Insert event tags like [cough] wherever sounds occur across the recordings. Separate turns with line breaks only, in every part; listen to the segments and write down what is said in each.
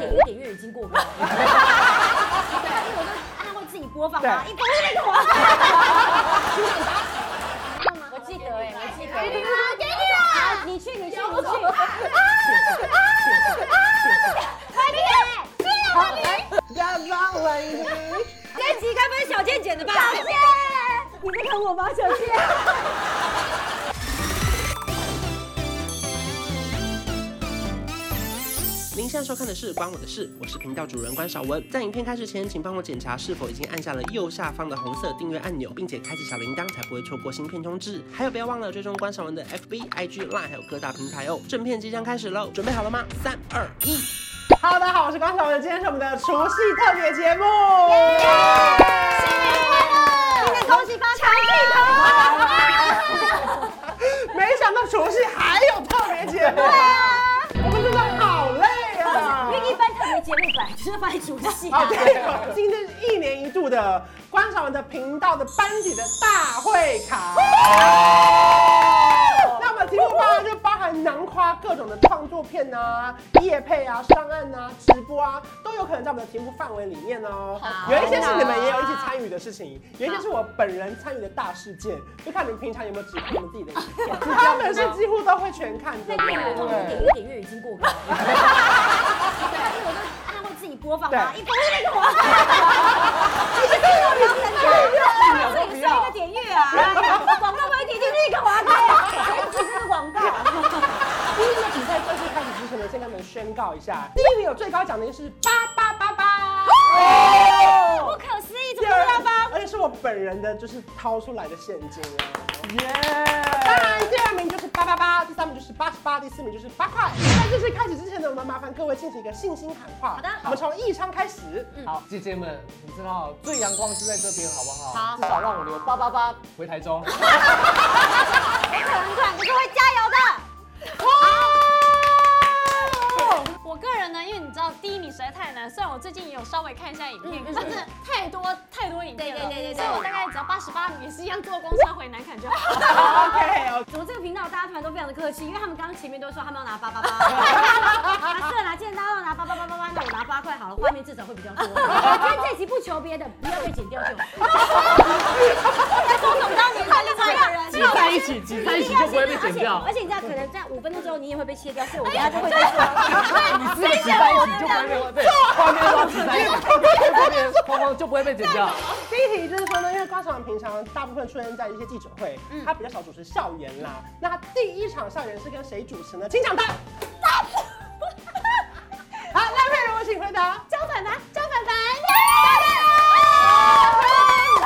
经过关。对，因为我就它会自己播放嘛，一
对
播就那个我。
我记得哎，我记得。
给你了，给你了！你去，你去，你去！啊啊啊！快点，对呀，快点！
阳光文艺，
这集该不是小健剪的吧？小健，你在看我吗？小健。
您现在收看的是《关我的事》，我是频道主人关少文。在影片开始前，请帮我检查是否已经按下了右下方的红色订阅按钮，并且开启小铃铛，才不会错过新片通知。还有，不要忘了追踪关少文的 FB、IG、Line，还有各大平台哦。正片即将开始喽，准备好了吗？三、二、一。
哈喽，大家好，我是关晓雯，今天是我们的除夕特别节目。
新年恭喜发财！
没想到除夕还有特别节目，我们真的好累啊！
因为一般特别节目版就是放在除夕啊
啊，。对， [laughs] 今天是一年一度的观赏我的频道的班底的大会考。那么题目包含就包含囊括各种的创作片啊、夜配啊、上岸啊、直播啊，都有可能在我们的题目范围里面哦。
好啊
有一些是你们也有一起参与的事情，有一些是我本人参与的大事件，就看你们平常有没有只看你们自己的影
[laughs]
片。他们是几乎都会全看的，
那
对
电影通
不
点
对？
一点阅已经过关。对，啊因为我就它会自己播放啊嘛，一播就那个我。你是对我良人吗？自己上一个点阅啊，广告不一点进那个我对，这是广告。
第一个比赛正式开始之前呢，先跟他们宣告一下，第一名有最高奖的是八八八八。
不可思议，怎
第
么
二
知道吧？
而且是我本人的，就是掏出来的现金啊！耶！当然，第二名就是八八八，第三名就是八十八，第四名就是八块。在正式开始之前呢，我们麻烦各位进行一个信心喊话。
好的嗯
我们从一昌开始。
好，姐姐们，你知道最阳光是在这边，好不好？
好
至少让我留八八八回台中。
没可能转，可是会加油的。哦
我个人呢，因为你知道第一名实在太难，虽然我最近也有稍微看一下影片，可是真的太多太多影片了，
对对对对对
所以我大概只要八十八名也是一样坐公车回南坎就好。
OK，哦
我们这个频道大家突然都非常的客气，因为他们刚刚前面都说他们要拿八
[laughs]
八八，啊，是拿既然大家都拿八八八八八，那我拿八块好了，画面至少会比较多。 [laughs] 今天这集不求别的，不要被剪掉就
[laughs]
好。在总统当年看另外一个人，
挤在一起，挤在一起就不会被剪掉哎
而。且你知道，可能在五分钟之后你也会被切掉，所以我等下就会再说。
你自己挤在一起就不会被对，画面都挤在一起，画面框框就不会被剪掉。
第一题就是说呢，因为瓜厂平常大部分出现在一些记者会，他比较少主持校园啦。那他第一场校园是跟谁主持呢？请抢答。好，赖佩如，请回答。
张凡凡，张凡凡，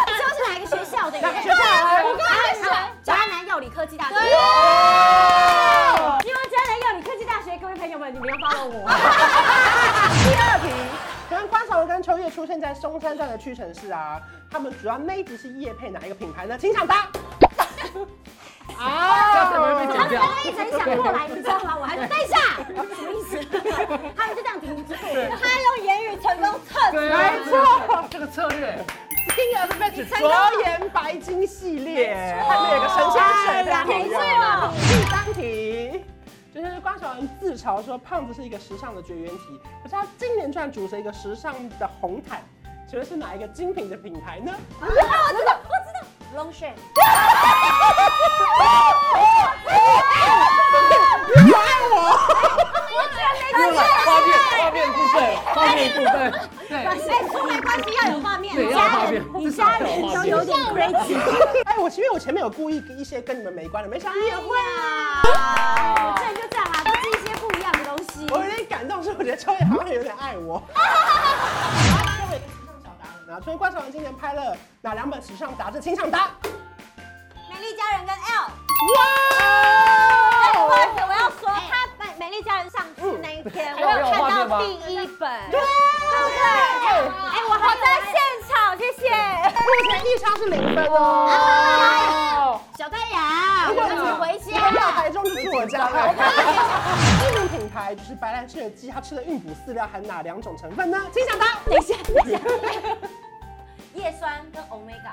你知道是哪一个学校的？
哪个学校啊
我刚才想，渣南药理科技大学。希望渣南药理科技大学各位朋友们，你们要 follow [laughs] 我。
第二题，可能关晓雯跟秋叶出现在松山站的屈臣氏啊，他们主要那一集是夜配哪一个品牌呢？请抢答。
这样才不
啊
会被
他们
剪掉
刚。刚一直想过来，你知道吗？我还说等一下，什么意思？他们就这样停住，他用言语成功蹭。
对啊
没错，
这个策略，
金额被指卓颜白金系列，他们有一个神仙水的
没错
了。第三题。就是关晓雯自嘲说胖子是一个时尚的绝缘体，可是他今年居然主持一个时尚的红毯，请问是哪一个精品的品牌呢？
我知道，我知道。Long s h a n
你爱我。
画面画面部分，画面部分，对，
哎，说没关系，要有画面。
对
你
要有
家
画面
人，你家人都有点 crazy。
哎，我因为我前面有故意一些跟你们没关的，没想到
[laughs]
你也会。
啊哇！我这人就这样啦，都是一些不一样的东西。
我有点感动，是我觉得秋叶好像有点爱我。啊秋叶时尚小达人啊，所以关晓雯今年拍了哪两本时尚杂志？请抢答。
美丽佳人跟 L。不好意
哇！
哎思，我要说，他美美丽佳人上次那一天，我
有
有
画面
看
吗
到第一本，对不对？哎，我还在现场，谢谢。
目前一昌是零分哦。
小白牙，
如
我
果
们
你
一
们
起回
要到
家。
台中就住我家了。这种品牌就是白兰氏的鸡，它吃的运补饲料含哪两种成分呢？请抢答。
等一下，等一下，叶酸跟 omega，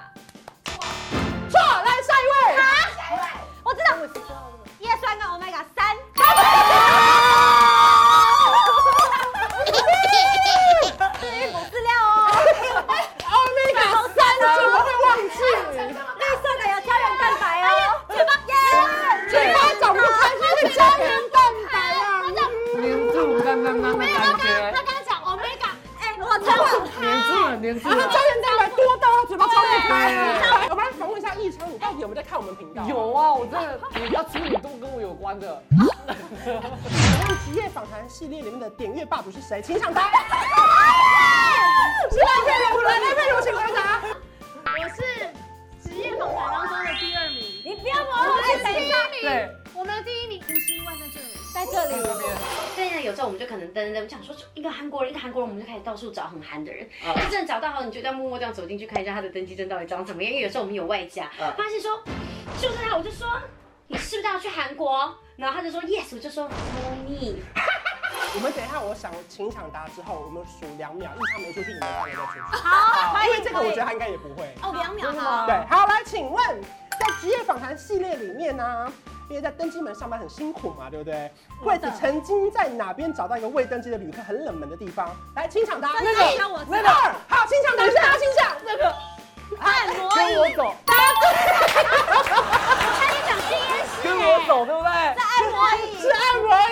错，来下一位。
我知道，叶酸跟 omega 三。哎哦哦
两年次
他的
了
胶。原蛋白多到他嘴巴张不开啊！我们来访问一下易昌，你到底有没有在看我们频道？
有啊，我真的，你要处理都跟我有关的。
请问职业访谈系列里面的点阅霸主是谁？请上台。是赖佩如，赖佩如，请观察。
我是职业访谈当中的第二名，
哎
你不要把我
我是第二名，
对，
我们的第一名五十一万在这里。
在这里。
真的有时候我们就可能噔噔噔，我们想说一个韩国人，一个韩国人，我们就开始到处找很韩的人，就真的找到后，你就这样默默这样走进去看一下他的登记证到底长怎么样。因为有时候我们有外加，发现说就是他，我就说你是不是要去韩国？然后他就说 yes，我就说 no need。
我们等一下，我想请抢答之后，我们数两秒，易昌没出去，你们三个再出去。
好，
因为哎这个我觉得他应该也不会。
哦，两秒好。
对，好，来，请问在职业访谈系列里面呢、因为在登机门上班很辛苦嘛，对不对？柜子曾经在哪边找到一个未登机的旅客很冷门的地方？来，清场答
真的让我知道
那个二，好，清场答，大家清场那个。
按摩
跟哎我
椅，
走，
他就讲 CS，
跟我走，对不对？
按摩椅，
是按摩
而且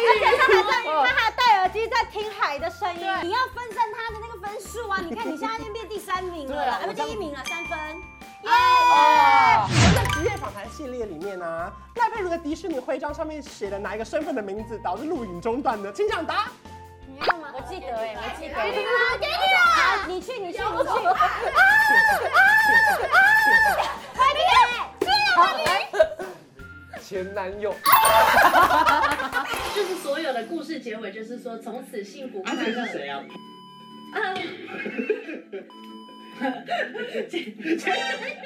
椅，
他还在，他还戴耳机在听海的声音。你要分散他的那个分数啊！你看你现在已经变第三名了，啊不第一名了，三分。耶！
我们在职业访谈系列里面呢、赖佩如的迪士尼徽章上面写了哪一个身份的名字导致录影中断的？请抢答。
你要吗？我记得哎，我记得。
给你了，你去，你去，你去。啊
前男友，
就是所有的故事结尾，就是说从此幸福快乐。谁啊？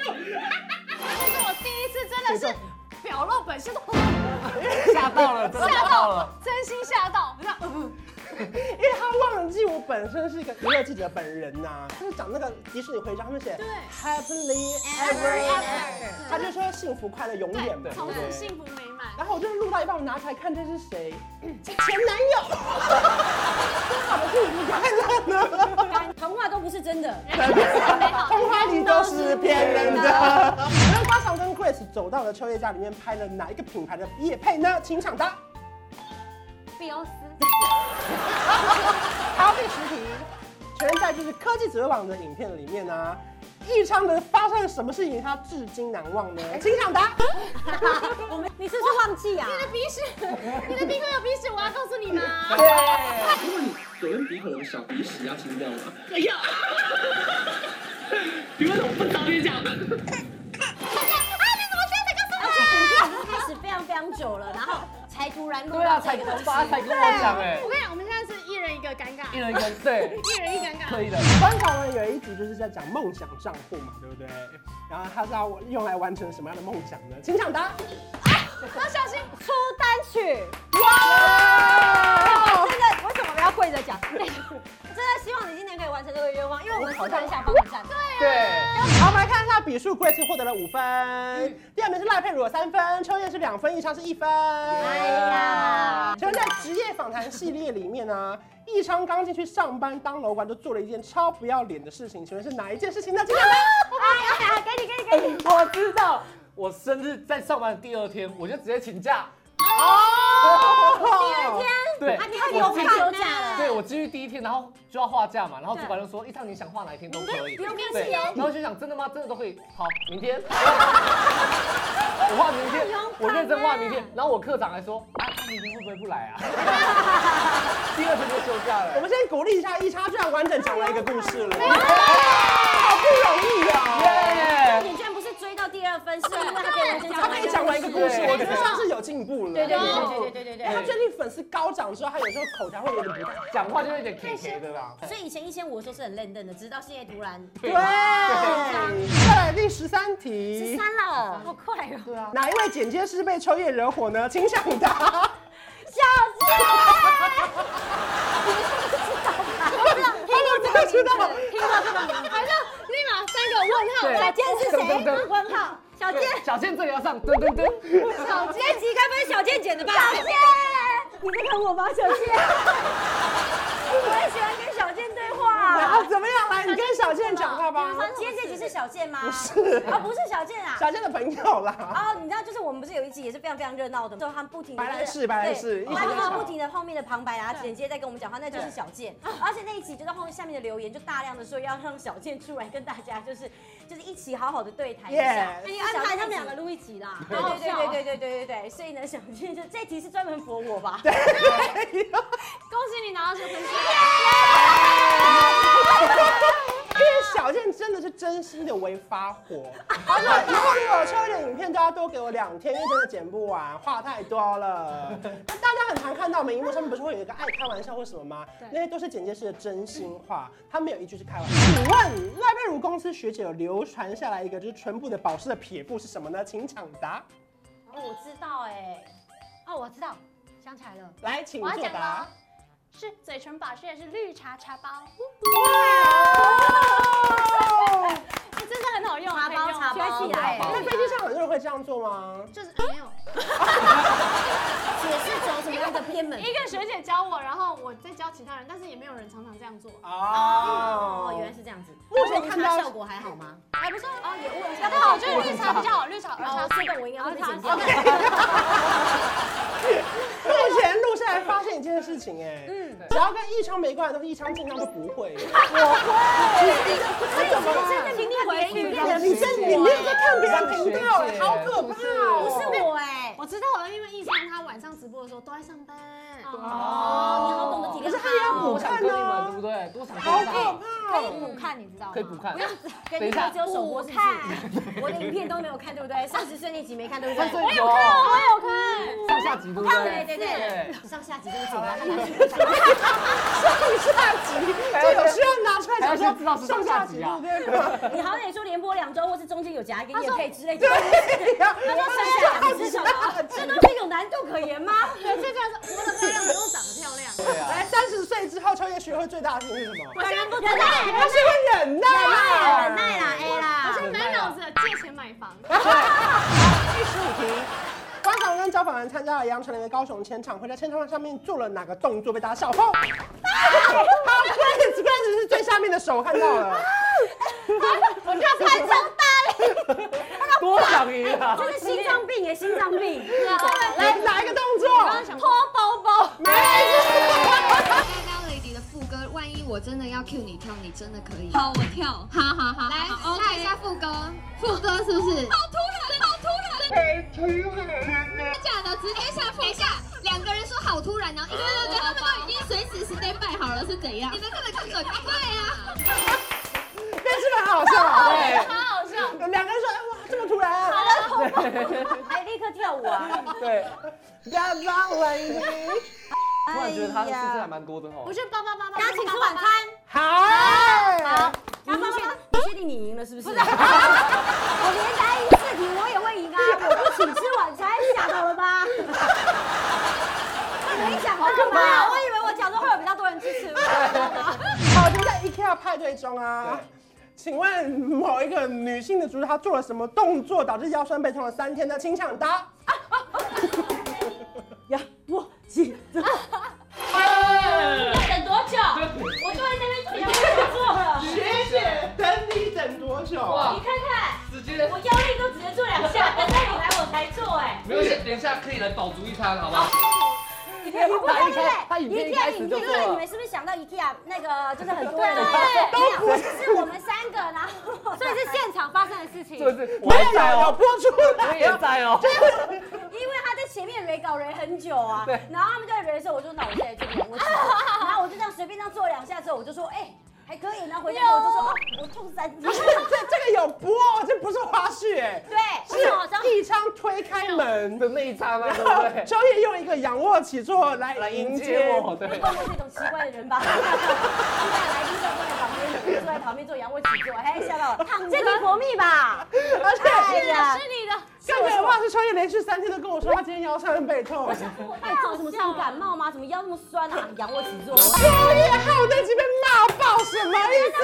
这是我第一次真的是表露本性，
吓到了，真的
吓
吓到了。
到，真心吓到。我就哎
因为他忘记我本身是一个娱乐记者本人呐、就是讲那个迪士尼徽章，他们写 Happily Ever After，他就说幸福快乐永远嘛，
对
从
对
此幸福美满。
然后我就录到一半，我拿出来看这是谁，前男友，好的幸福快乐呢？
童话都不是真的，
哎
童话里都是骗人的。我让瓜上跟 Grace 走到了秋叶家里面拍了哪一个品牌的夜配呢？请抢答。
比欧斯，
好，第十题，全在就是科技指挥网的影片里面呢、啊，易昌的发生了什么事情，他至今难忘呢？请抢答。
我们你是不是忘记啊？
你的鼻屎，你的鼻孔有鼻屎，我要告诉你吗？
如果你左边鼻孔有小鼻屎，要清掉吗？
而且影片已经开始非常非常久了，然后才突然录
对啊，
到
才
这个东西。
跟发才跟我讲哎
我，跟你讲，我们现在是一人一个尴
一
尬，
人一个，对，
一人一尴尬。
可以的。
观察文有一集就是在讲梦想账户嘛，对不对？然后他是要用来完成什么样的梦想呢？请抢答。
要小心出单曲。
哇！
真的，为什么我们要跪着讲？真的希望你今年可以完成这个愿望，因为我们好像下帮你站。对，
对，
好，我们来看一下比数，Grace 获得了五分，
嗯
第二名是赖佩如有三分，秋叶是两分，易昌是一分。哎呀，请问在职业访谈系列里面呢、 [laughs] 易昌刚进去上班当楼管就做了一件超不要脸的事情，请问是哪一件事情呢？请抢答。
哎呀，给你，给你，给你。
我知道，我生日在上班的第二天，我就直接请假。
第
第二天，
对
啊，，你还有排休假了。
对我进去第一天，然后就要画假嘛，然后主管就说，一趟你想画哪一天都可以。
不用跟
对，
戏哦
然后就想真的吗？真的都可以？好，明天。我画明天，我认真画明天。然后我科长还说，啊，他明天会不会不来啊？第二天就休假
[laughs] 我
了。
们先鼓励一下易昌，居然完整讲完一个故事
哎
了，好不容易哦。
耶！
你居然不是追到第二分，是因为他可以完成
他可以讲完一个故事，
对
我觉得算是有进步了。
对对对
对对对对对
哎他最近粉丝高涨之后，他有时候口条会有点不太好。
讲话就有点 K K 的啦。
所以以前一千五的时候是很认真的，直到现在突然
对，再来第十三题。
删了，好快哦！
对啊，哪一位剪接师被秋叶惹火呢？请抢答。
小智，听到这个
他都不知道。
名字，好像立马三个问号，小健是谁？问号，小健，
小倩这也要上，噔噔噔。
小健集该不会是小健剪的吧？小健，你在看我吗？小健，我也喜欢跟小健对
然后
话。
怎么样？来，你跟小健讲话吧。
今天这集是小
小健吗？
不是
啊，不是小健啊。
小健的朋友啦，
哦，你知道，就是我们不是有一集也是非常非常热闹的，就是他们不停的
白兰氏白兰氏一直
他
在
们
吵
不停的后面的旁白啊，剪接在跟我们讲话，那就是小健。而且那一集就在后面下面的留言就大量的说要让小健出来跟大家就是就是一起好好的对谈一下
Yeah，
哎那你安排他们两个录一集啦，
对对对
啊
对对对对对对，所以呢，小健就这题是专门佛我吧？
恭喜你拿到这个分数。
因为小健真的是真心的为发火，他说以后如果有抽一点影片，大家多给我两天，因为真的剪不完，话太多了。那大家很常看到我们荧幕上面不是会有一个爱开玩笑或什么吗？那些都是剪接师的真心话，他没有一句是开玩笑。请问赖佩如公司学姐有流传下来一个就是唇部的保湿的撇步是什么呢？请抢答，
哦，我知道哎，哦，我知道，想起来了，
来，请
我要
作
讲
答
了。，是嘴唇保湿也是绿茶茶包，
哇！
哎，真的很好用，
茶
可以用
包茶包
学啊起来。
那飞机上很多人会这样做吗？
就是没
[laughs]
有。
解释走什么样的偏门？
一个学姐教我，然后我再教其他人，但是也没有人常常这样做。
哦
哦，原来是这样子。
目前看到
茶效果还好吗？
还不错哦，也
我有
刚好，我觉得绿茶比较好，绿茶儿
哦
茶，
这个我应该会被剪掉。
[laughs] 目前录下来发现一件事情，哎，嗯，只要跟异昌没关的东西，异昌尽量都不会。
我怎么真的明天回去
哎你真你没有在看别人频道，哎，好可怕
不
哦！
是我哎，
我知道了，因为易山他晚上直播的时候都在上班。
哦，你好懂得体
可
谅
是他也
他
要
哦
多
补看呢，
想跟你们，对不对？多想跟
好
你
可怕
们，
可以
哦！
补看，你知道吗？
可以补看
不用跟
等
你
一下
说只有首
我
播是不
看
是？我的影片都没有看，对不对？三十岁那集没看，对不
但是
对？
哦
有
我有看，
上下集，对不对？
对对对，上下集都是我
[laughs]
来看他们。
上下集就有需要拿出来
还要先知道
讲
是
说上
上
下
下集
集，
啊
对哎不对？
你好歹说连播两周，或是中间有夹一个夜配之类的。
对呀，
他说上下集是什么？这都是有难度可言吗？ [laughs]
对，这就是我的漂亮，不用长得漂 [laughs] 亮。
对啊，
来，哎三十岁之后，秋叶学会最大的事情是什么？
我现在不忍耐，
他是会忍耐啊，
忍耐啦，A
我
啦。
是满脑子借钱买 [laughs] 房，
第十五题，观赏跟招访人参加了杨丞琳的高雄签唱会，在签唱会上面做了哪个动作被大家笑疯？好，开始开始是最下面的手看到了，
我就拍照大力。
多想赢啊！
这是心脏病耶，心脏病。
来哪一个动作？
想脱包包，
没错，
刚刚 Lady 的副歌，万一我真的要 Q 你跳，你真的可以。好，我跳。好好好，来下一下副歌，副歌是不是？好突然，好突然，好突然！假的，直接下副下。两个人说好突然，然后对对对，他们都已经随时 stand by 好了，是怎样？你们根本就准备对啊。
但是蛮好笑啊，
超
对。
好笑。
两个人说，哎哇，这么突然啊！
还立刻跳舞啊！
对，
大棒了已经。
突然觉得他的数字还蛮多的哦
不。是包包包包，
大家请吃晚餐。
好，
你确你确定你赢了是不是？我连答赢四题我也会赢啊！我不请吃晚餐，吓到了吧？没想到吧？我以为我讲说会有比较多人支持我。
好，就在 IKEA 派对中啊。请问某一个女性的主持她做了什么动作导致腰酸背痛了三天呢？请抢答。 [laughs]
呀，我记得
哎
要等多久？我坐在那边腿要坐了，
学姐，等你等多久？啊
你看看，
直接
我腰力都只能做两下，等到你来我才做哎。
没有，等一下可以来饱足一餐，好不好？
你看，不
他
对
一
对
开，他影片一开
IKEA
始
影
就
片
做
对，你
了
们。是不是想到 IKEA 那个就是很多人的对，都不是我们三个，然后所以是现场发生的事情
这是我
没有
还在
有有
哦，
播出
我
来
也
哦。
在哦。
因为他在前面蕊稿蕊很久啊，
对
然后他们在蕊的时候，我就那我现在这边我起来，然后我就这样随便这样做两下之后，我就说哎、还可以，然后回家之后我就说哦我痛三天
不，是，这这个有播，这不是花絮哎，
对，
是一昌推开门，
的那一刹那，对不对？
秋叶用一个仰卧起坐来
来
迎
迎
接
接
我
我，。
你
对。
碰过这种奇怪的人吧？一 [laughs] 般来宾都坐在旁边，你坐在旁边做仰卧起坐，嘿，吓到我，这你婆蜜吧？
而
哎
且
呀，
是你的，
更可怕的是，秋叶连续三天都跟我说他今天腰酸背痛。
哎，做什么事情感冒吗？怎么腰那么酸啊？仰卧起坐。
秋叶害我那集被骂爆，什么意思？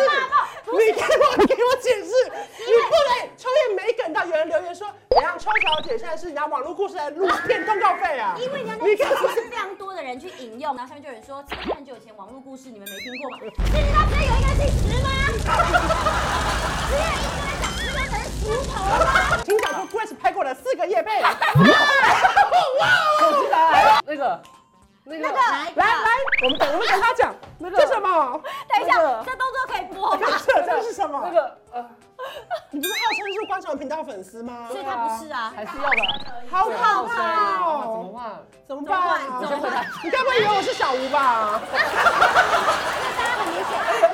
你给我给我解释，你不能秋叶没梗到，有人留言说，怎样秋小姐现在是拿网络故事来录骗通告费啊？
因为人家那
你
一集
看
是非常多的人去引用，然后下面就有人说，这是很久以前网络故 [laughs] 事，你们没听过吗？这是他不是有一个人姓石吗？只有一个人长
始拍过了四个夜配。
手机拿来，那个，那
那个来来，我们等我们等他讲，
那个
这什么？
等一下，
那
这动作可以播吗？
这这是什么？
那个呃，
你不是号称是观赏频道粉丝吗？
所以他不是啊，
还是要的，
好可怕
怎么
哦！
办？
怎么办啊？
怎么办怎么办
你该不会以为我是小吴吧？
大家很明显，